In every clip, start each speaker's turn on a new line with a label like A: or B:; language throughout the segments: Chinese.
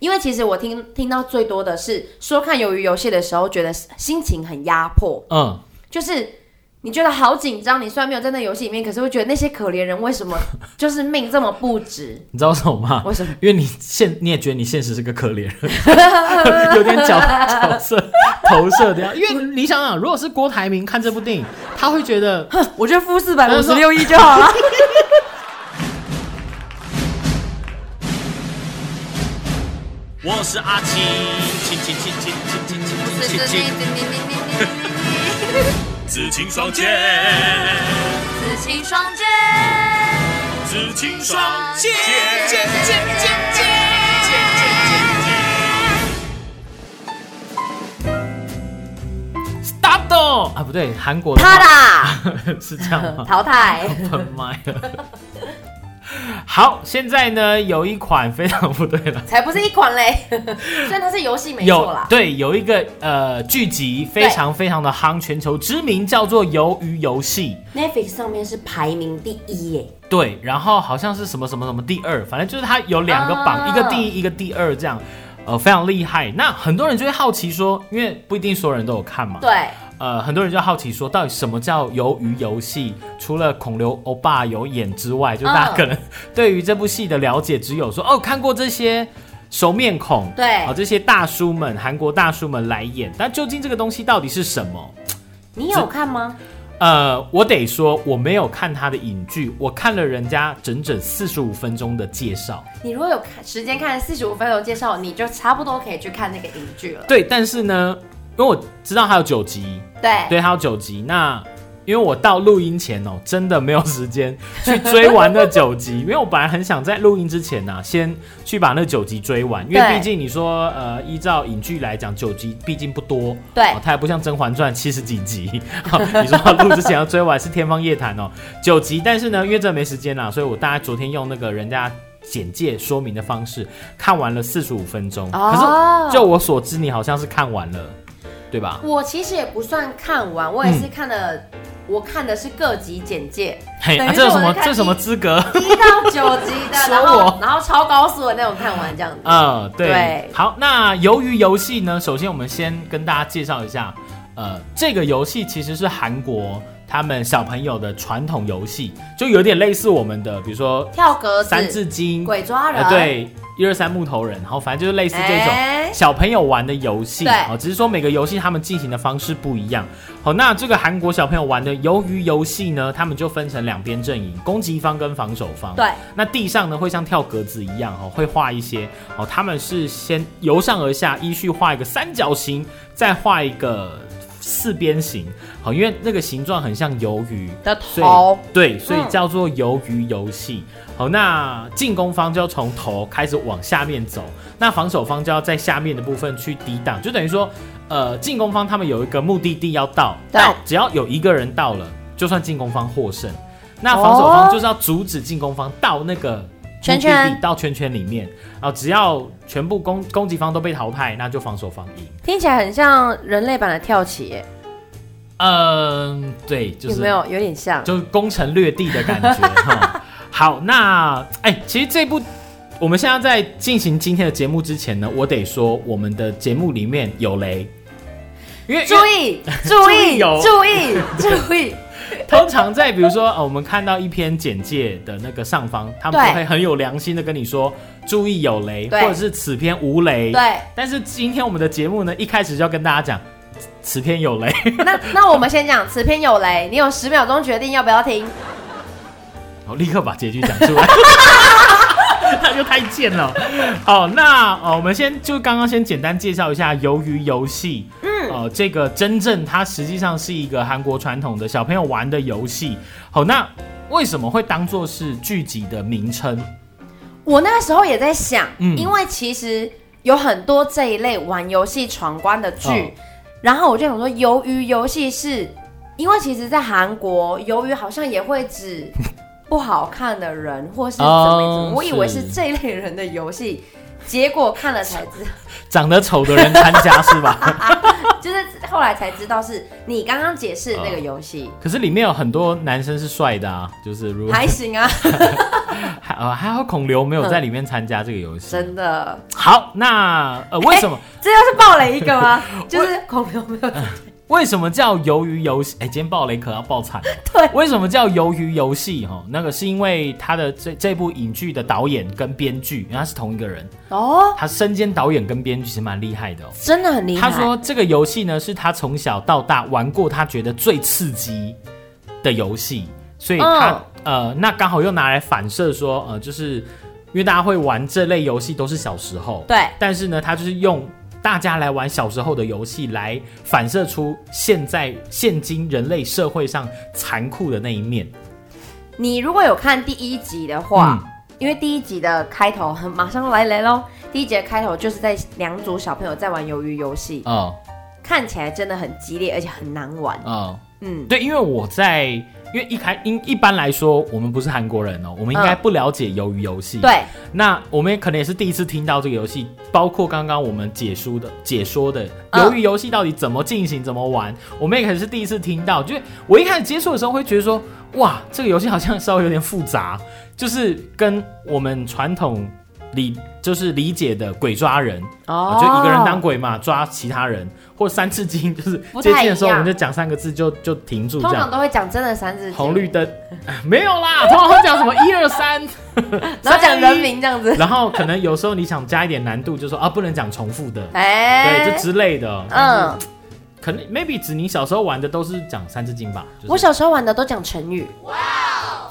A: 因为其实我听听到最多的是说看鱿鱼游戏的时候，觉得心情很压迫，
B: 嗯，
A: 就是你觉得好紧张。你虽然没有在那游戏里面，可是会觉得那些可怜人为什么 就是命这么不值？
B: 你知道为什么吗？
A: 为什么？
B: 因为你现你也觉得你现实是个可怜人，有点角角色投射的样。因为你想想，如果是郭台铭看这部电影，他会觉得
A: 我觉得付四百五十六亿就 好了。
C: 我是阿青，青青青青青青青青青，紫青双剑，
D: 紫青双 剑，
C: 紫青双剑。
D: 剑剑剑剑剑
B: stop 啊，不对，韩国的
A: 他
B: 话
A: 啦，
B: 是这样吗？
A: 淘汰。
B: 我的妈呀！好，现在呢有一款非常不对了，
A: 才不是一款嘞，虽然它是游戏没错
B: 有
A: 啦。
B: 对有一个呃剧集非常非常的夯，全球知名，叫做《鱿鱼游戏》。
A: Netflix 上面是排名第一耶，
B: 对，然后好像是什么什么什么第二，反正就是它有两个榜，
A: 啊
B: 一个第一，一个第二，这样，呃，非常厉害。那很多人就会好奇说，因为不一定所有人都有看嘛，
A: 对，
B: 呃，很多人就好奇说，到底什么叫鱿鱼游戏？除了孔刘欧巴有演之外，就大家
A: 嗯
B: 可能对于这部戏的了解只有说，哦，看过这些熟面孔，
A: 对
B: 哦，这些大叔们，韩国大叔们来演，但究竟这个东西到底是什么？
A: 你有看吗？
B: 呃，我得说我没有看他的影剧，我看了人家整整四十五分钟的介绍。
A: 你如果有看时间看四十五分钟介绍，你就差不多可以去看那个影剧了。
B: 对，但是呢，因为我知道他有九集，
A: 对，
B: 对，他有九集。那因为我到录音前哦，真的没有时间去追完那九集，因为我本来很想在录音之前呢、先去把那九集追完，因为
A: 对
B: 毕竟你说呃，依照影剧来讲，九集毕竟不多，
A: 对
B: 哦它也不像《甄嬛传》七十几集，哦你说要录之前要追完是天方夜谭哦，九集。但是呢，因为真的没时间啦，所以我大概昨天用那个人家。简介说明的方式看完了四十五分钟，
A: 哦
B: 可是就我所知，你好像是看完了，对吧？
A: 我其实也不算看完，我也是看了，
B: 嗯
A: 我看的是各集简介，
B: 嘿，
A: 等于
B: 啊、
A: 是
B: 这有什
A: 我在
B: 么
A: 看
B: 这什么资格？
A: 一到九集的，
B: 说
A: 然
B: 我
A: 后然后超高速的那种看完这样子。
B: 嗯，对。
A: 对
B: 好，那鱿鱼游戏呢？首先，我们先跟大家介绍一下，呃，这个游戏其实是韩国他们小朋友的传统游戏，就有点类似我们的，比如说
A: 跳格子、
B: 三字经、
A: 鬼抓人，
B: 呃，对，一二三木头人，然后反正就是类似这
A: 哎
B: 种小朋友玩的游戏，
A: 对
B: 哦，只是说每个游戏他们进行的方式不一样。好，那这个韩国小朋友玩的鱿鱼游戏呢，他们就分成两边阵营，攻击方跟防守方。
A: 对，
B: 那地上呢会像跳格子一样哦，会画一些哦，他们是先由上而下依序画一个三角形，再画一个四边形，好、因为那个形状很像鱿鱼
A: 的
B: 所以
A: 头，
B: 对，所以
A: 嗯
B: 叫做鱿鱼游戏。好，那进攻方就要从头开始往下面走，那防守方就要在下面的部分去抵挡，就等于说，呃，进攻方他们有一个目的地要到，
A: 对
B: 那只要有一个人到了，就算进攻方获胜。那防守方
A: 哦
B: 就是要阻止进攻方到那个
A: 圈
B: 目的地
A: 圈
B: 到圈圈里面，然后只要全部攻攻击方都被淘汰，那就防守方赢。
A: 听起来很像人类版的跳棋耶，
B: 嗯，对，就是
A: 有没有有点像？
B: 就是攻城略地 的感觉。哈好，那哎、其实这部我们现在在进行今天的节目之前呢，我得说我们的节目里面有雷，因为
A: 注意， 注意，
B: 有
A: 注 意，注意，
B: 因为通常在比如说呃，我们看到一篇简介的那个上方，他们
A: 对
B: 都会很有良心的跟你说注意有雷，或
A: 对
B: 者是此篇无雷。
A: 对。
B: 但是今天我们的节目呢，一开始就要跟大家讲此篇有雷。
A: 那那我们先讲此篇有雷，你有十秒钟决定要不要听。
B: 我立刻把结局讲出 来，那就太贱了。好，那呃，我们先就刚刚先简单介绍一下《鱿鱼游戏》。嗯，呃，这个真正它实际上是一个韩国传统的小朋友玩的游戏。好，那为什么会当做是剧集的名称？
A: 我那时候也在想，
B: 嗯
A: 因为其实有很多这一类玩游戏闯关的剧，
B: 哦
A: 然后我就想说，鱿鱼游戏是因为其实，在韩国，鱿鱼好像也会 指不好看的人或是怎么样怎么
B: 哦
A: 样，我以为是
B: 是
A: 这一类人 的游戏，结果看了才知道，
B: 长得丑的人参加是吧？
A: 就是后来才知道是你刚刚解释那个游戏，
B: 可是里面有很多男生是帅的啊，就是如
A: 还行啊，
B: 还呃还好孔刘没有在里面参加这个游戏。
A: 真的。哎
B: 好，那呃为什么、
A: 这又是爆雷一个 吗？就是孔刘没有
B: 为什么叫鱿鱼游戏？哎、今天爆雷可要爆惨了。
A: 对
B: 为什么叫鱿鱼游戏？哈，那个是因为他的这这部影剧的导演跟编剧，因为他是同一个人，
A: 哦，
B: 他身兼导演跟编剧，其实蛮厉害的哦。
A: 真的很厉害。
B: 他说这个游戏呢，是他从小到大玩过他觉得最刺激的游戏，所以他、
A: 嗯
B: 呃，那刚好又拿来反射说，呃，就是因为大家会玩这类游戏都是小时候，
A: 对
B: 但是呢，他就是用大家来玩小时候的游戏来反射出现在现今人类社会上残酷的那一面。
A: 你如果有看第一集的话，
B: 嗯
A: 因为第一集的开头很马上来雷喽。第一集的开头就是在两组小朋友在玩鱿鱼游戏，
B: 哦
A: 看起来真的很激烈，而且很难玩。
B: 哦，
A: 嗯，
B: 对，因为我在，因为一开因一般来说，我们不是韩国人哦，我们应该
A: 嗯
B: 不了解鱿鱼游戏。
A: 对，
B: 那我们也可能也是第一次听到这个游戏，包括刚刚我们解说的解说的，
A: 嗯
B: 由于游戏到底怎么进行、怎么玩，我们也可能是第一次听到。就是我一开始接触的时候，会觉得说，哇，这个游戏好像稍微有点复杂，就是跟我们传统理就是理解的鬼抓人，
A: 哦
B: 啊就一个人当鬼嘛，抓其他人，或三字经，就是
A: 不
B: 接
A: 太
B: 近的时候
A: 一
B: 我
A: 样
B: 们就讲三个字就就停住这
A: 通常
B: 样。
A: 都会讲真的三字经
B: 红绿，灯哎没有啦，通常会讲什么一二三。
A: 然后讲人名这样 子。
B: 然后可能有时候你想加一点难度，就说啊不能讲重复的，
A: 哎，
B: 对，就之类的。嗯
A: 嗯，，
B: 可能 maybe 指你小时候玩的都是讲三字经吧。就是
A: 我小时候玩的都讲成语。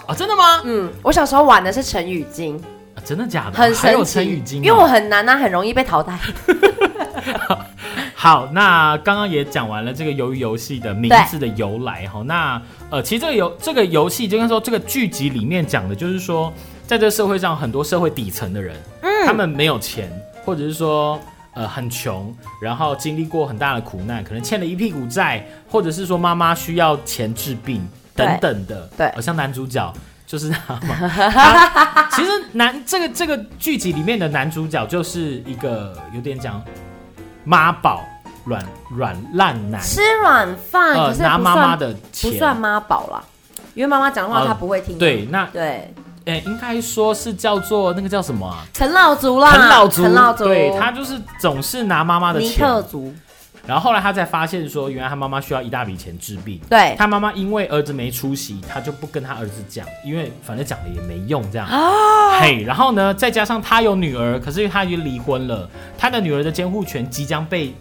B: 啊，真的吗？
A: 嗯，我小时候玩的是成语经，
B: 啊真的假的？
A: 很
B: 还
A: 神
B: 有
A: 奇，
B: 成语经哦。
A: 因为我很难啊，很容易被淘 汰。
B: 好，那刚刚也讲完了这个鱿鱼游戏的名字的由来哈。那呃，其实这个游这个游戏就跟说这个剧集里面讲的，就是说在这个社会上很多社会底层的人，
A: 嗯
B: 他们没有钱，或者是说。呃，很穷，然后经历过很大的苦难，可能欠了一屁股债，或者是说妈妈需要钱治病
A: 对
B: 等等的。
A: 对
B: 好像男主角就是他嘛。
A: 啊
B: 他其实男这个这个剧集里面的男主角就是一个有点讲妈宝、软软烂男，呃
A: 吃软饭，可是
B: 拿
A: 不
B: 妈妈
A: 算
B: 的
A: 不
B: 钱，
A: 算妈宝啦，因为妈妈讲话
B: 哦
A: 她不会听。
B: 对，那
A: 对，
B: 呃、应该说是叫做那个叫什么啊？
A: 啃老族啦，
B: 啃老族，
A: 啃老族，
B: 对他就是总是拿妈妈的
A: 尼
B: 钱，
A: 克族，
B: 然后后来他才发现说，原来他妈妈需要一大笔钱治病。
A: 对，
B: 他妈妈因为儿子没出息，他就不跟他儿子讲，因为反正讲了也没用这样。嘿，然后呢，再加上他有女儿，可是因为他已经离婚了，他的女儿的监护权即将被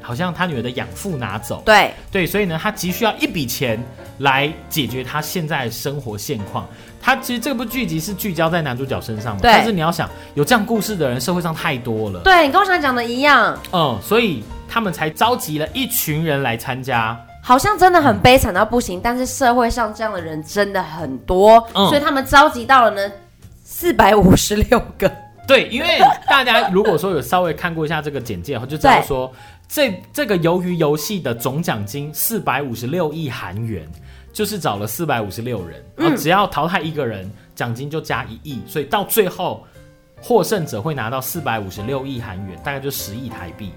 B: 好像他女儿的养父拿走。
A: 对，
B: 对，所以呢，他急需要一笔钱来解决他现在的生活现况。他其实这部剧集是聚焦在男主角身上嘛，
A: 对
B: 但是你要想，有这样故事的人社会上太多了，
A: 对你跟我想讲的一样，
B: 嗯，所以他们才召集了一群人来参加。
A: 好像真的很悲惨到不行，但是社会上这样的人真的很多，
B: 嗯
A: 所以他们召集到了呢四百五十六个，
B: 对，因为大家如果说有稍微看过一下这个简介，就知道说这这个鱿鱼游戏的总奖金四百五十六亿韩元，就是找了四百五十六人，然啊后只要淘汰一个人，奖金就加一亿，所以到最后获胜者会拿到四百五十六亿韩元，大概就十亿台币。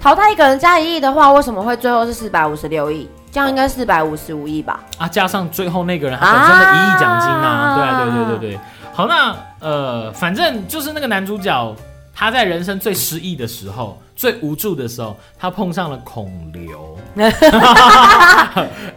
A: 淘汰一个人加一亿的话，为什么会最后是四百五十六亿？这样应该四百五十五亿吧？
B: 啊，加上最后那个人他本身的一亿奖金啊，
A: 啊
B: 对啊，对对对对。好，那呃，反正就是那个男主角，他在人生最失意的时候、最无助的时候，他碰上了孔刘。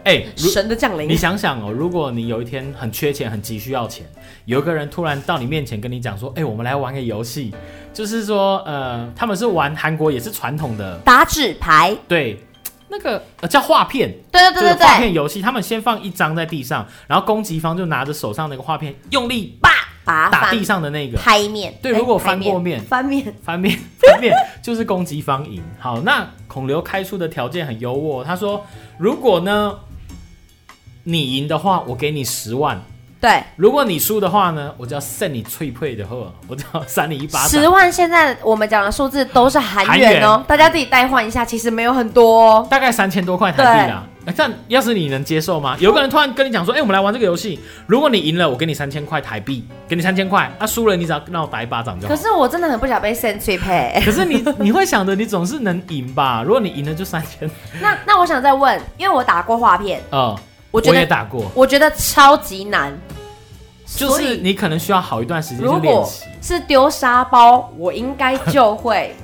B: 哎、如
A: 神的降
B: 你
A: 临，
B: 想想哦，如果你有一天很缺钱、很急需要钱，有一个人突然到你面前跟你讲说：“哎、我们来玩个游戏，就是说，呃，他们是玩韩国也是传统的，
A: 打纸牌，
B: 对，那个、呃、叫画片，
A: 对
B: 这
A: 对
B: 个
A: 对对
B: 画
A: 对，
B: 片游戏，他们先放一张在地上，然后攻击方就拿着手上那个画片用力
A: 把把
B: 打
A: 翻
B: 地上的那个
A: 拍面，
B: 对
A: 哎
B: 如果
A: 拍
B: 翻过面
A: 翻面，
B: 翻面翻面，就是攻击方赢。好，那孔刘开出的条件很优渥，他说如果呢你赢的话，我给你十万；
A: 对，
B: 如果你输的话呢，我就要扇你脆脆的喝，我就要扇你一巴
A: 十
B: 掌。
A: 万现在我们讲的数字都是韩元
B: 韩
A: 哦，大家自己代换一下，其实没有很多哦。
B: 大概三千多块台币啦，哎但要是你能接受吗？有个人突然跟你讲说，哎、我们来玩这个游戏，如果你赢了，我给你三千块台币，给你三千块；啊，输了你只要让我打一巴掌就 好
A: 可。是我真的很不想被 century 配。
B: 可是你你会想着你总是能赢吧？如果你赢了就三千，
A: 那 那我想再问，因为我打过画片，
B: 呃，
A: 我觉
B: 也
A: 得
B: 打过，
A: 我觉得超级难，
B: 就
A: 所
B: 是
A: 以
B: 你可能需要好一段时间去
A: 如
B: 练
A: 果
B: 习。
A: 是丢沙包，我应该就 会。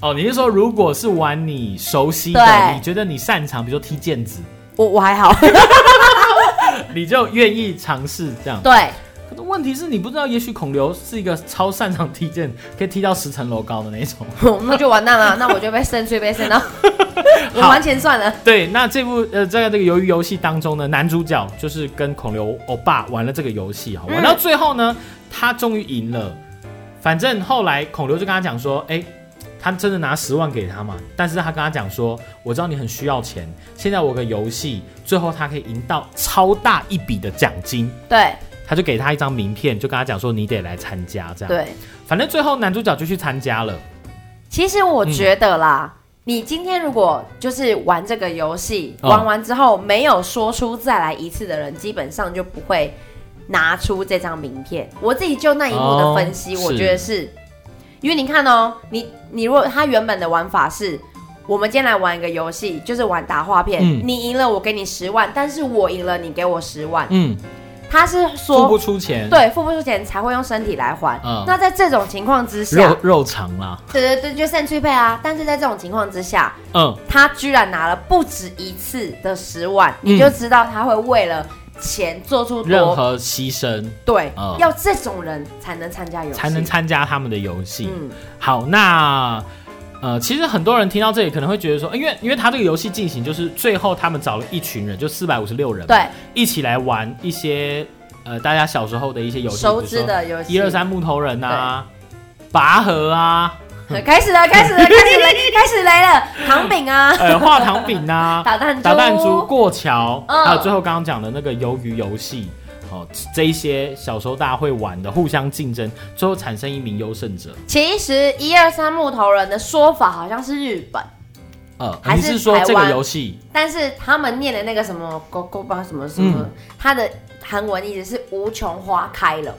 B: 哦，你是说如果是玩你熟悉的，
A: 对
B: 你觉得你擅长，比如说踢毽子，
A: 我我还好，
B: 你就愿意尝试这样。
A: 对，
B: 可是问题是你不知道，也许孔刘是一个超擅长踢毽，可以踢到十层楼高的那种。
A: 那就完蛋了，那我就被肾碎被肾 到，我
B: 好
A: 还钱算了。
B: 对，那这部呃，在这个鱿鱼游戏当中呢，男主角就是跟孔刘欧巴玩了这个游戏啊，
A: 嗯
B: 玩到最后呢，他终于赢了。反正后来孔刘就跟他讲说，哎、他真的拿十万给他嘛，但是他跟他讲说，我知道你很需要钱，现在我有个游戏，最后他可以赢到超大一笔的奖金，
A: 对
B: 他就给他一张名片，就跟他讲说，你得来参加这样。，
A: 对，
B: 反正最后男主角就去参加了。
A: 其实我觉
B: 嗯
A: 得啦，你今天如果就是玩这个游戏，
B: 哦
A: 玩完之后没有说出再来一次的人，基本上就不会拿出这张名片。我自己就那一幕的分析，
B: 哦
A: 我觉得是，因为你看哦，你你如果他原本的玩法是。我们今天来玩一个游戏，就是玩打画片。
B: 嗯
A: 你赢了，我给你十万；但是我赢了，你给我十万。
B: 嗯，
A: 他是
B: 付
A: 说
B: 不，出钱，，
A: 对，付不出钱才会用身体来还。
B: 嗯
A: 那在这种情况之下
B: 肉，肉偿啦，
A: 对对对，就肾去配啊。但是在这种情况之下，
B: 嗯，
A: 他居然拿了不止一次的十万，
B: 嗯
A: 你就知道他会为了钱做出
B: 任
A: 多
B: 何牺牲。
A: 对，
B: 嗯
A: 要这种人才能参加游戏，
B: 才能参加他们的游戏。
A: 嗯，
B: 好，那呃，其实很多人听到这里可能会觉得说，呃因为因为他这个游戏进行就是最后他们找了一群人，就四百五十六人，，
A: 对，
B: 一起来玩一些呃大家小时候的一些游戏，
A: 熟知的游戏。
B: 一二三木头人啊，拔河啊，
A: 嗯开始了，开始了，开始 了，开始来了，糖饼啊，
B: 呃画糖饼啊，
A: 打弹珠，
B: 打弹珠、过桥，
A: 嗯
B: 还有最后刚刚讲的那个鱿鱼游戏。哦，这一些小时候大家会玩的，互相竞争，最后产生一名优胜者。
A: 其实一二三木头人的说法好像是日本。
B: 呃，
A: 还
B: 你
A: 是
B: 是说
A: 台
B: 这个
A: 湾
B: 游戏
A: 但是他们念的那个什么“狗狗吧”什么什么
B: 嗯，
A: 它的韩文意思是“无穷花开了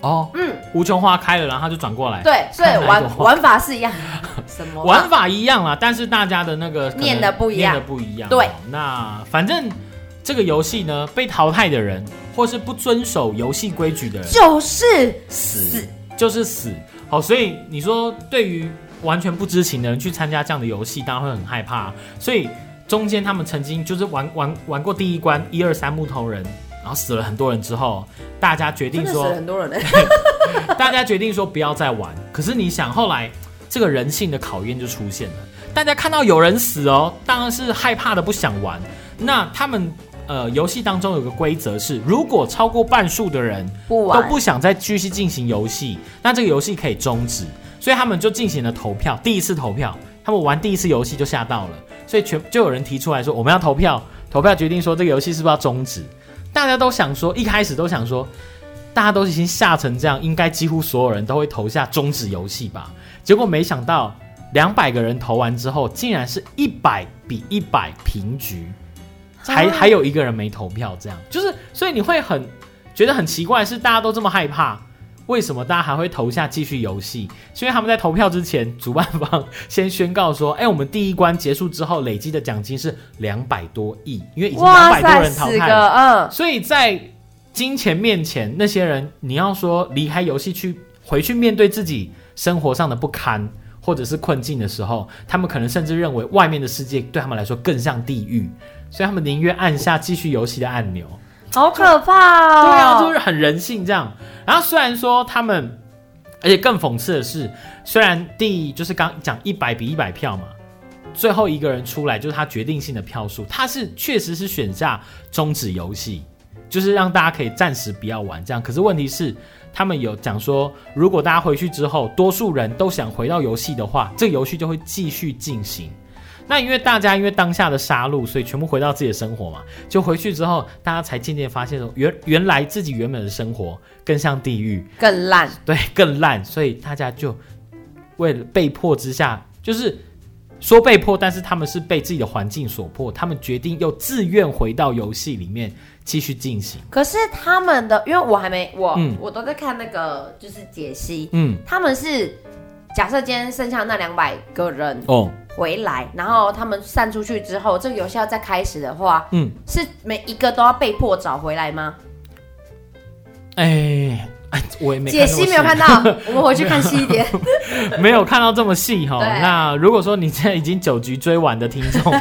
B: 哦，
A: 嗯，
B: 无穷花开了，然后他就转过”，来，
A: 对，所以
B: 看哪一朵
A: 玩
B: 花
A: 玩法是 一样的。什么啊
B: 玩法一样啦，但是大家的那个可能
A: 念得不一样
B: 念的不一样。
A: 对
B: 哦，那反正这个游戏呢，被淘汰的人或是不遵守游戏规矩的人
A: 就是
B: 死就是死。好，所以你说对于完全不知情的人去参加这样的游戏，当然会很害怕。所以中间他们曾经就是玩玩玩过第一关一二三木头人，然后死了很多人之后，大家决定
A: 真的死
B: 说
A: 了很多 人呢。
B: 大家决定说不要再玩。可是你想，后来这个人性的考验就出现了。大家看到有人死哦，当然是害怕的，不想玩。那他们呃，游戏当中有个规则是，如果超过半数的人
A: 不
B: 都
A: 玩
B: 不想再继续进行游戏，那这个游戏可以终止。所以他们就进行了投票，第一次投票，他们玩第一次游戏就吓到了，所以全就有人提出来说，我们要投票，投票决定说这个游戏是不是要终止。大家都想说，一开始都想说，大家都已经吓成这样，应该几乎所有人都会投下终止游戏吧？结果没想到，两百个人投完之后，竟然是一百比一百平局，
A: 啊
B: 还还有一个人没投票，这样就是，所以你会很觉得很奇怪，是大家都这么害怕。为什么大家还会投下继续游戏？是因为他们在投票之前，主办方先宣告说：“ 哎、我们第一关结束之后累积的奖金是两百多亿，因为已经两百多人淘
A: 死
B: 汰了
A: 个。嗯，
B: 所以在金钱面前，那些人你要说离开游戏去回去面对自己生活上的不堪或者是困境的时候，他们可能甚至认为外面的世界对他们来说更像地狱，所以他们宁愿按下继续游戏的按钮。
A: 好可怕哦。
B: 对啊，就是很人性这样。然后虽然说他们，而且更讽刺的是，虽然第就是刚讲一百比一百票嘛，最后一个人出来就是他决定性的票数，他是确实是选下终止游戏，就是让大家可以暂时不要玩这样。可是问题是，他们有讲说，如果大家回去之后，多数人都想回到游戏的话，这个游戏就会继续进行。那因为大家因为当下的杀戮，所以全部回到自己的生活嘛，就回去之后，大家才渐渐发现说，原原来自己原本的生活更像地狱，
A: 更烂。
B: 对，更烂，所以大家就为了被迫之下，就是说被迫，但是他们是被自己的环境所迫，他们决定又自愿回到游戏里面继续进行。
A: 可是他们的，因为我还没我、
B: 嗯
A: 我都在看那个就是解析，
B: 嗯，
A: 他们是假设今天剩下那两百个人
B: 哦，
A: 回来，然后他们散出去之后，这个游戏要再开始的话，
B: 嗯，
A: 是每一个都要被迫找回来吗？
B: 哎，哎，我也没
A: 解析没有看
B: 到，
A: 到，我们回去看细一点。
B: 没有看到这么细哈。
A: 对
B: 那如果说你现在已经九局追完的听 众，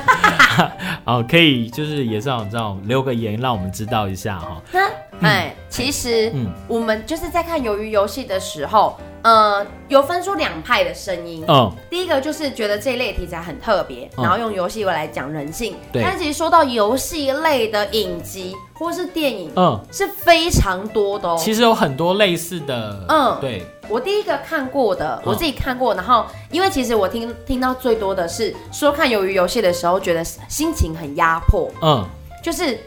B: 哦，可以就是也是你知道留个言，让我们知道一下哈。
A: 那哎，其实
B: 嗯
A: 我们就是在看鱿鱼游戏的时候，呃，有分出两派的声音。
B: 嗯，
A: 第一个就是觉得这一类题材很特别，
B: 嗯
A: 然后用游戏来讲人性。
B: 对
A: 但其实说到游戏类的影集或是电影，
B: 嗯，
A: 是非常多的哦。
B: 其实有很多类似的，
A: 嗯
B: 对，
A: 我第一个看过
B: 哦
A: 的，我自己看过，然后因为其实我听听到最多的是说看鱿鱼游戏的时候，觉得心情很压迫，
B: 嗯，
A: 就是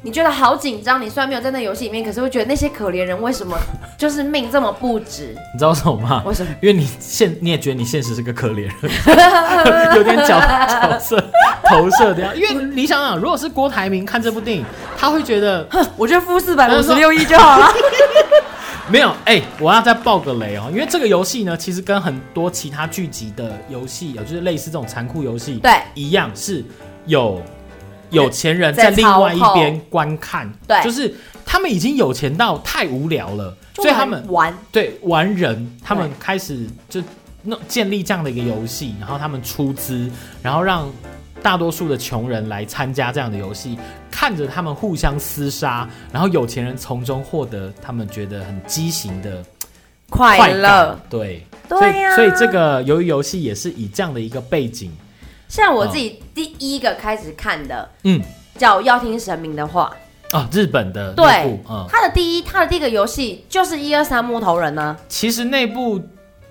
A: 你觉得好紧张。你虽然没有在那游戏里面，可是会觉得那些可怜人为什么就是命这么不值？
B: 你知道什么吗？
A: 为什么？
B: 因为你现你也觉得你现实是个可怜人， 有点角角色投射的样子。因为你想想，如果是郭台铭看这部电影，他会觉得
A: 我觉得付四百五十六亿就好了。
B: 没有，哎、我要再爆个雷哦，因为这个游戏呢，其实跟很多其他剧集的游戏，有就是类似这种残酷游戏，
A: 对
B: 一样是有有钱人在
A: 在
B: 另外一
A: 操控
B: 边观看，
A: 对
B: 就是他们已经有钱到太无聊了，
A: 就
B: 所以他们
A: 玩
B: 对玩人，他们
A: 对
B: 开始就那建立这样的一个游戏，然后他们出资，然后让大多数的穷人来参加这样的游戏，看着他们互相厮杀，然后有钱人从中获得他们觉得很畸形的
A: 快
B: 快
A: 乐
B: 乐，。对，啊所
A: 对
B: 以
A: 呀、
B: 所以这个鱿鱼游戏也是以这样的一个背景，
A: 像我自己第一个开始看的
B: 嗯
A: 叫《要听神明的话
B: 啊，日本的》，
A: 对
B: 那部，，嗯，
A: 他的第一他的第一个游戏就是一二三木头人呢、
B: 其实那部。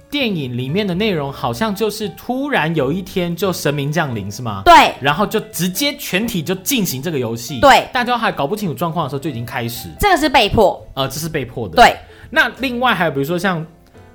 B: 电影里面的内容好像就是突然有一天就神明降临，是吗？
A: 对，
B: 然后就直接全体就进行这个游戏。
A: 对
B: 大家还搞不清楚状况的时候就已经开始，
A: 这个是被迫，
B: 呃，这是被迫的。，
A: 对，
B: 那另外还有比如说像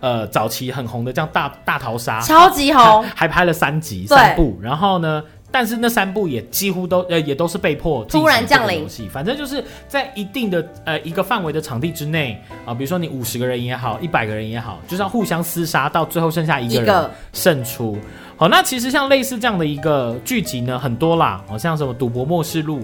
B: 呃早期很红的像大大逃杀，
A: 超级红
B: 还，还拍了三集
A: 哦对
B: 三部，然后呢。但是那三部也几乎都呃也都是被迫进行
A: 突然
B: 这个
A: 降临
B: 游戏，反正就是在一定的呃一个范围的场地之内啊、比如说你五十个人也好，一百个人也好，就是要互相厮杀，到最后剩下一个
A: 一
B: 人
A: 个
B: 胜出。好，那其实像类似这样的一个剧集呢，很多啦，好、像什么《赌博默示录》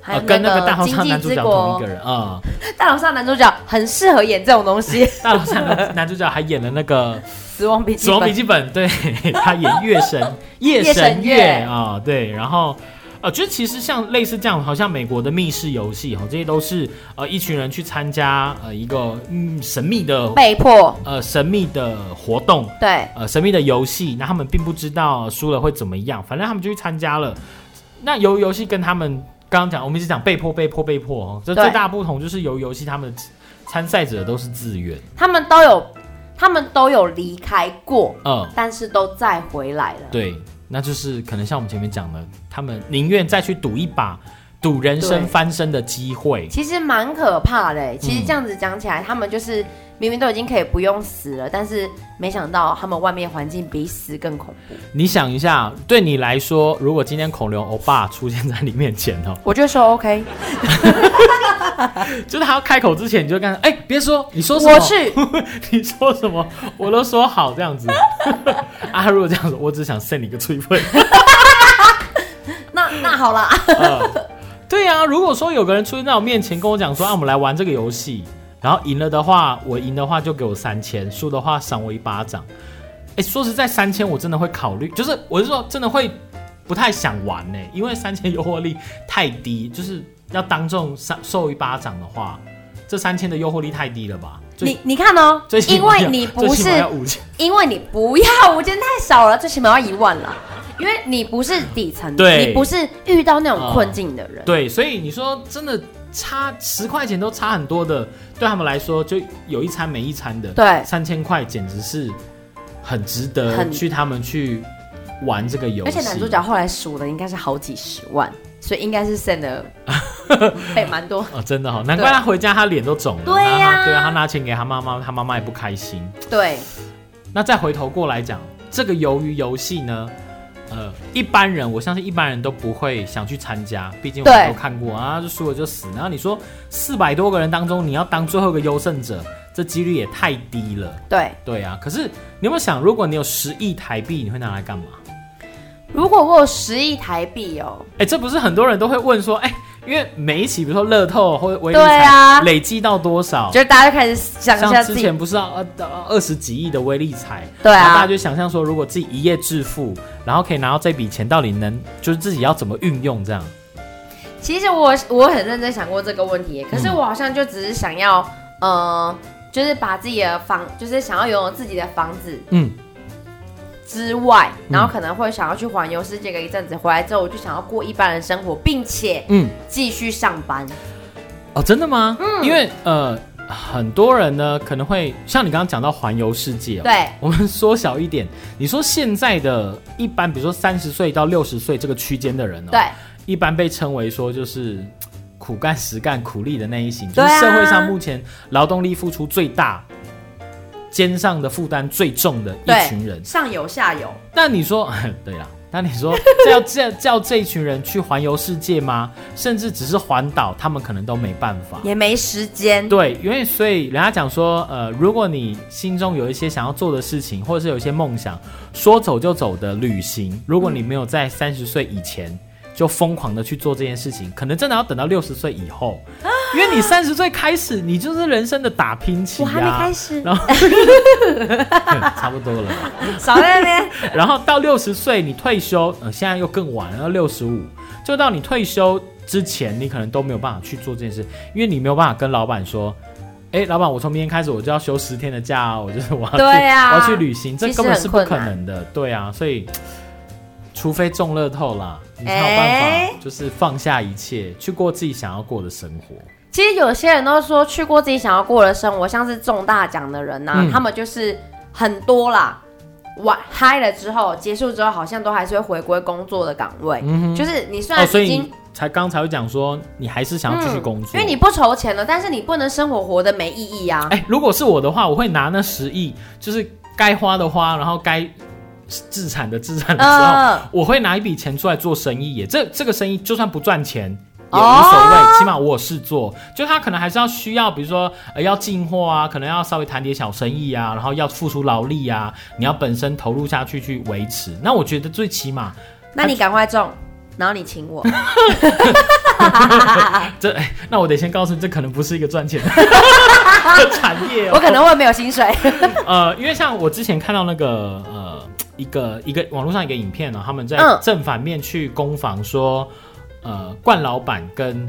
A: 还
B: 呃，
A: 有
B: 跟那个大
A: 《
B: 逃
A: 经
B: 杀
A: 济
B: 男主
A: 之
B: 角
A: 国
B: 同一》个人啊、
A: 大逃杀男主角很适合演这种东 西，《
B: 大逃杀男男主角还演了那个
A: 死亡笔
B: 《
A: 记
B: 死亡
A: 本
B: 笔》记本》 对他演月 神夜
A: 夜神
B: 神
A: 月
B: 月啊、对，然后。呃，就是其实像类似这样，好像美国的密室游戏哦，这些都是呃一群人去参加呃一个嗯神秘的
A: 被迫，
B: 呃神秘的活动，
A: 对，
B: 呃神秘的游戏，那他们并不知道输了会怎么样，反正他们就去参加了。那游游戏跟他们刚刚讲，我们一直讲被迫被迫被迫哦，这
A: 对
B: 最大不同就是游游戏他们参赛者都是自愿，
A: 他们都有，他们都有离开过，
B: 嗯、
A: 但是都再回来了。
B: 对，那就是可能像我们前面讲的，他们宁愿再去赌一把，赌人生
A: 对
B: 翻身的机会。
A: 其实蛮可怕的欸，
B: 嗯
A: 其实这样子讲起来，他们就是明明都已经可以不用死了，但是没想到他们外面环境比死更恐怖。
B: 你想一下，对你来说，如果今天孔刘欧巴出现在你面前哦，
A: 我就说 OK，
B: 就是他要开口之前，你就跟他哎，别说，你说什么？
A: 我去，
B: 你说什么，我都说好这样子。 啊，如果这样子，我只想扇你一个脆棍。
A: 那那好啦，
B: 对啊，如果说有个人出现在我面前跟我讲说，啊，我们来玩这个游戏，然后赢了的话，我赢的话就给我三千，输的话赏我一巴掌。哎，说实在，三千我真的会考虑，就是我是说真的会不太想玩呢、因为三千诱惑力太低，就是要当众受受一巴掌的话，这三千的诱惑力太低了吧？最
A: 你你看哦
B: 最，起
A: 因
B: 码
A: 为
B: 要
A: 你
B: 最
A: 不
B: 起码
A: 是
B: 要五 千，
A: 因为你不要五千太少了，最起码要一万了，因为你不是底层的，
B: 对
A: 你不是遇到那种困境的人，
B: 对，所以你说真的差十块钱都差很多的，对他们来说就有一餐没一餐的。
A: 对
B: 三千块简直是很值得
A: 很
B: 去他们去玩这个游戏。
A: 而且男主角后来数的应该是好几十万，所以应该是剩 的被蛮多。
B: 哦，真的哈、哦，难怪他回家他脸都肿了。
A: 对呀
B: 然后他对啊，他拿钱给他妈妈，他妈妈也不开心。
A: 对，
B: 那再回头过来讲，这个鱿鱼游戏呢，呃，一般人我相信一般人都不会想去参加，毕竟我
A: 对
B: 们都看过啊，就输了就死。然后你说四百多个人当中，你要当最后一个优胜者，这几率也太低了。
A: 对，
B: 对啊，可是你有没有想，如果你有十亿台币，你会拿来干嘛？
A: 如果我有十亿台币哦，
B: 哎、这不是很多人都会问说，哎、因为每一期比如说乐透或者威力
A: 对
B: 彩、
A: 啊
B: 累积到多少？
A: 就是大家就开始想一下
B: 像
A: 自
B: 之
A: 己
B: 前不是要二二十几亿的威力彩，
A: 对啊
B: 然后大家就想象说，如果自己一夜致富，然后可以拿到这笔钱，到底能就是自己要怎么运用这样？
A: 其实我我很认真想过这个问题耶，可
B: 嗯
A: 是我好像就只是想要，呃，就是把自己的房，就是想要拥有自己的房子
B: 嗯，
A: 之外，
B: 嗯
A: 然后可能会想要去环游世界个一阵子，回来之后我就想要过一般的生活，并且
B: 嗯，
A: 继续上班。
B: 哦，真的吗？嗯，因为呃，很多人呢可能会像你刚刚讲到环游世界、哦，，
A: 对，
B: 我们缩小一点，你说现在的一般，比如说三十岁到六十岁这个区间的人哦，
A: 对，
B: 一般被称为说就是苦干实干苦力的那一型，就
A: 对
B: 是
A: 啊
B: 社会上目前劳动力付出最大。肩上的负担最重的一
A: 对
B: 群人，
A: 上有下有，
B: 但你说， 对啦，那 你说这要叫叫这一群人去环游世界吗？甚至只是环岛，他们可能都没办法。
A: 也没时间。
B: 对，因为所以人家讲说，呃，如果你心中有一些想要做的事情，或者是有一些梦想，说走就走的旅行，如果你没有在
A: 嗯
B: 三十岁以前就疯狂的去做这件事情，可能真的要等到六十岁以后，
A: 啊
B: 因为你三十岁开始，你就是人生的打拼期、
A: 我
B: 啊、
A: 还没开始，
B: 然后 差不多了吧。
A: 少在那边。
B: 然后到六十岁你退休，呃，现在又更晚了，要六十五，就到你退休之前，你可能都没有办法去做这件事，因为你没有办法跟老板说，哎，老板，我从明天开始我就要休十天的假哦，我就是我要去，
A: 对啊
B: 我要去旅行，这
A: 其实
B: 根本是不
A: 很
B: 可
A: 困难
B: 能的，对啊，所以除非中乐透啦，你才有办
A: 哎
B: 法就是放下一切，去过自己想要过的生活。
A: 其实有些人都说去过自己想要过的生活，像是中大奖的人呐、啊
B: 嗯
A: 他们就是很多啦，玩嗨了之后，结束之后好像都还是会回归工作的岗位，就是你虽然
B: 哦，所
A: 已
B: 以
A: 经、
B: 你才刚才会讲说，你还是想要继续工作，
A: 因为你不筹钱了，但是你不能生活活得没意义啊。
B: 哎、如果是我的话，我会拿那十亿，就是该花的花，然后该自产的自产的时候，
A: 嗯
B: 我会拿一笔钱出来做生意耶。这这个生意就算不赚钱。也无
A: 哦
B: 所谓，起码我有事做。就他可能还是要需要，比如说呃要进货啊，可能要稍微谈点小生意啊，然后要付出劳力啊，你要本身投入下去去维持。那我觉得最起码
A: 那你赶快中，然后你请 我，
B: 这，哎那我得先告诉你，这可能不是一个赚钱的 产业、哦。
A: 我可能会没有薪 水。
B: 呃，因为像我之前看到那个呃一个一个网络上一个影片呢、他们在
A: 嗯
B: 正反面去攻防说，呃，冠老板跟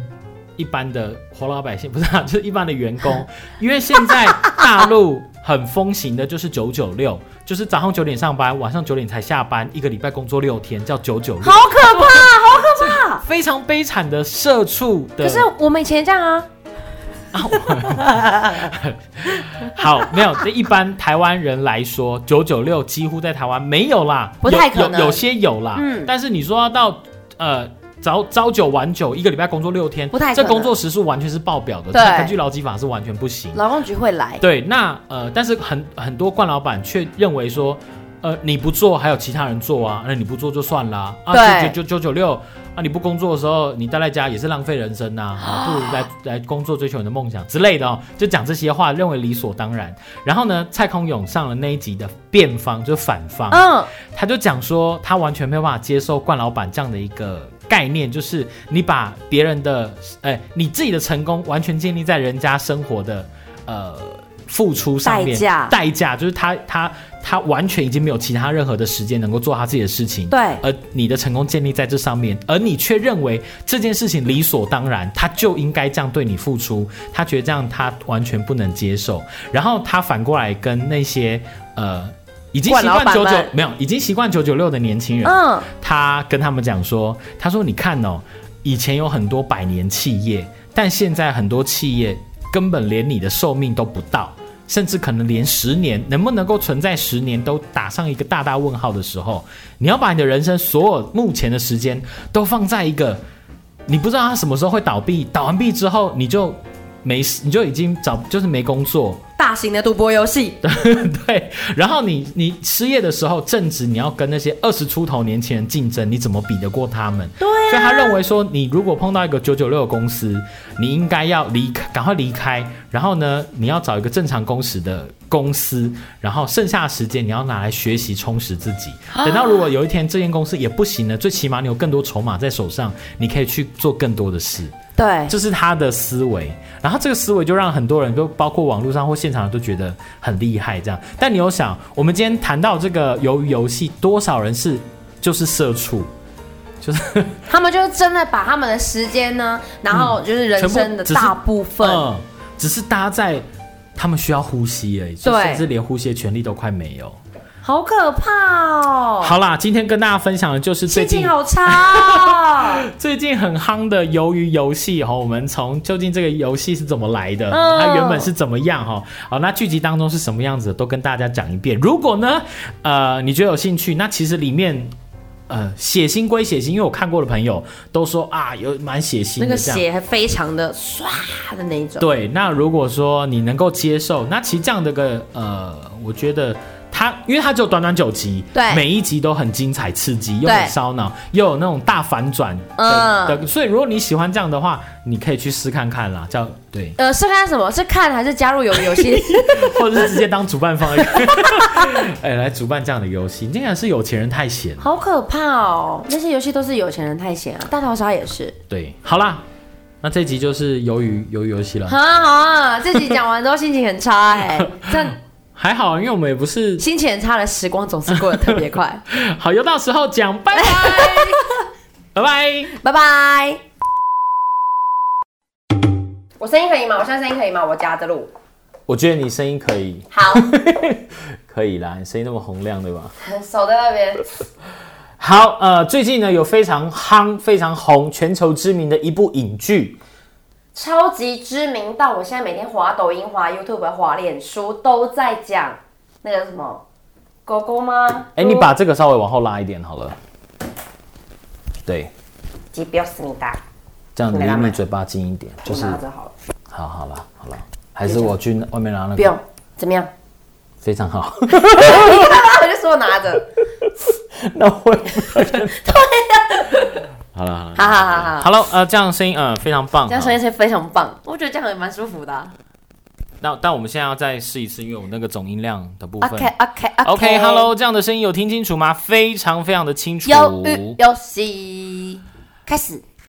B: 一般的活老百姓不是、啊，就是一般的员工， 因为现在大陆很风行的就是九九六，就是早上九点上班，晚上九点才下班，一个礼拜工作六天，叫九九六，
A: 好可怕，好可怕！
B: 非常悲惨的社畜的。
A: 可是我们以前这样啊，
B: 好，没有，这一般台湾人来说，九九六几乎在台湾没有啦，
A: 不太可能
B: 有有有些有啦，
A: 嗯
B: 但是你说要到呃。早早九晚九，一个礼拜工作六天，
A: 不太
B: 这
A: 可能
B: 工作时数完全是爆表的，
A: 对
B: 这根据劳基法是完全不行。
A: 劳动局会来，
B: 对，那呃，但是很很多冠老板却认为说，呃，你不做还有其他人做啊，那你不做就算啦，啊，
A: 对
B: 九九九九六啊，你不工作的时候，你待在家也是浪费人生呐、 啊，不如来来工作追求你的梦想之类的哦，就讲这些话，认为理所当然。然后呢，蔡康永上了那一集的辩方，就反方，
A: 嗯，
B: 他就讲说，他完全没有办法接受冠老板这样的一个概念，就是你把别人的，哎、你自己的成功完全建立在人家生活的，呃，付出上面，
A: 代价
B: 代价就是他他他完全已经没有其他任何的时间能够做他自己的事情，
A: 对
B: 而你的成功建立在这上面，而你却认为这件事情理所当然，他就应该这样对你付出，他觉得这样他完全不能接受。然后他反过来跟那些呃已经习惯
A: 惯老
B: 九
A: 板
B: 九
A: 们
B: 没有已经习惯九九六的年轻人，
A: 嗯，
B: 他跟他们讲说，他说你看哦，以前有很多百年企业，但现在很多企业根本连你的寿命都不到。甚至可能连十年能不能够存在十年都打上一个大大问号的时候，你要把你的人生所有目前的时间都放在一个你不知道他什么时候会倒闭，倒完闭之后你就没事，你就已经找就是没工作，
A: 大型的赌博游戏，
B: 对，然后你你失业的时候，正值你要跟那些二十出头年轻人竞争，你怎么比得过他们？
A: 对啊
B: 所以他认为说，你如果碰到一个九九六的公司，你应该要离开，赶快离开。然后呢，你要找一个正常工时的公司，然后剩下的时间你要拿来学习充实自己。
A: 啊
B: 等到如果有一天这间公司也不行了，最起码你有更多筹码在手上，你可以去做更多的事。
A: 对，
B: 这是他的思维，然后这个思维就让很多人，就包括网络上或现场都觉得很厉害这样。但你有想，我们今天谈到这个鱿鱼游戏，多少人是就是社畜，就是
A: 他们就是真的把他们的时间呢，然后就是人生的大部分，
B: 嗯，只是搭在他们需要呼吸而已，就
A: 对
B: 甚至连呼吸的权利都快没有。
A: 好可怕哦！
B: 好啦，今天跟大家分享的就是最
A: 心
B: 近
A: 情好差哦。
B: 最近很夯的鱿鱼游戏哈，我们从究竟这个游戏是怎么来的，
A: 嗯
B: 它原本是怎么样哈，好，那剧集当中是什么样子的，都跟大家讲一遍。如果呢，呃，你觉得有兴趣，那其实里面。呃，血腥归血腥，因为我看过的朋友都说啊，有蛮血腥的
A: 那个
B: 这样。
A: 血还非常的唰的那一种，
B: 对，那如果说你能够接受，那其实这样的个呃，我觉得它，因为它只有短短九集，
A: 对
B: 每一集都很精彩刺激，又
A: 对
B: 很烧脑，又有那种大反转的、
A: 嗯，
B: 的，所以如果你喜欢这样的话，你可以去试看看啦，叫对
A: 呃，是看什么？是看还是加入游游戏？
B: 或者是直接当主办方， 哎，来主办这样的游戏，竟然是有钱人太闲，
A: 好可怕哦！那些游戏都是有钱人太闲啊，大逃杀也是。
B: 对，好啦，那这集就是鱿鱼鱿鱼游戏了
A: 好，啊好啊，这集讲完之后心情很差哎、 但
B: 还好，因为我们也不是
A: 心情很差的时光总是过得特别快。
B: 好，又到时候讲，拜拜，拜拜。
A: 拜拜。我声音可以吗？我现在声音可以吗？我夹着录。
B: 我觉得你声音可以，
A: 好，
B: 可以啦，你声音那么洪亮，对吧？
A: 手在那边。
B: 好，呃，最近呢有非常夯、非常红、全球知名的一部影剧，
A: 超级知名到我现在每天滑抖音、滑 YouTube、滑脸书都在讲那个什么狗狗吗？
B: 哎、你把这个稍微往后拉一点好了，对，
A: 鸡标思密达，
B: 这样
A: 没拉
B: 离
A: 满
B: 你嘴巴近一点，就
A: 我
B: 是
A: 拿着好了，
B: 好好了，好了，还是我去外面拿那
A: 不用
B: 个，，
A: 怎么样？
B: 非常好。
A: 我就说拿着，
B: 那我也不要跟
A: 啊
B: 好了，好了，
A: 好好好好，
B: 好了，呃，这样声音，嗯、非常棒，
A: 这样声音是非常棒，我觉得这样也蛮舒服的啊。
B: 那但我们现在要再试一次，因为我们那个总音量的部分。
A: OK OK OK
B: OK，Hello，、这样
A: 嗯
B: 的声音有听清楚吗？非常非常的清楚。
A: 忧郁游戏开始。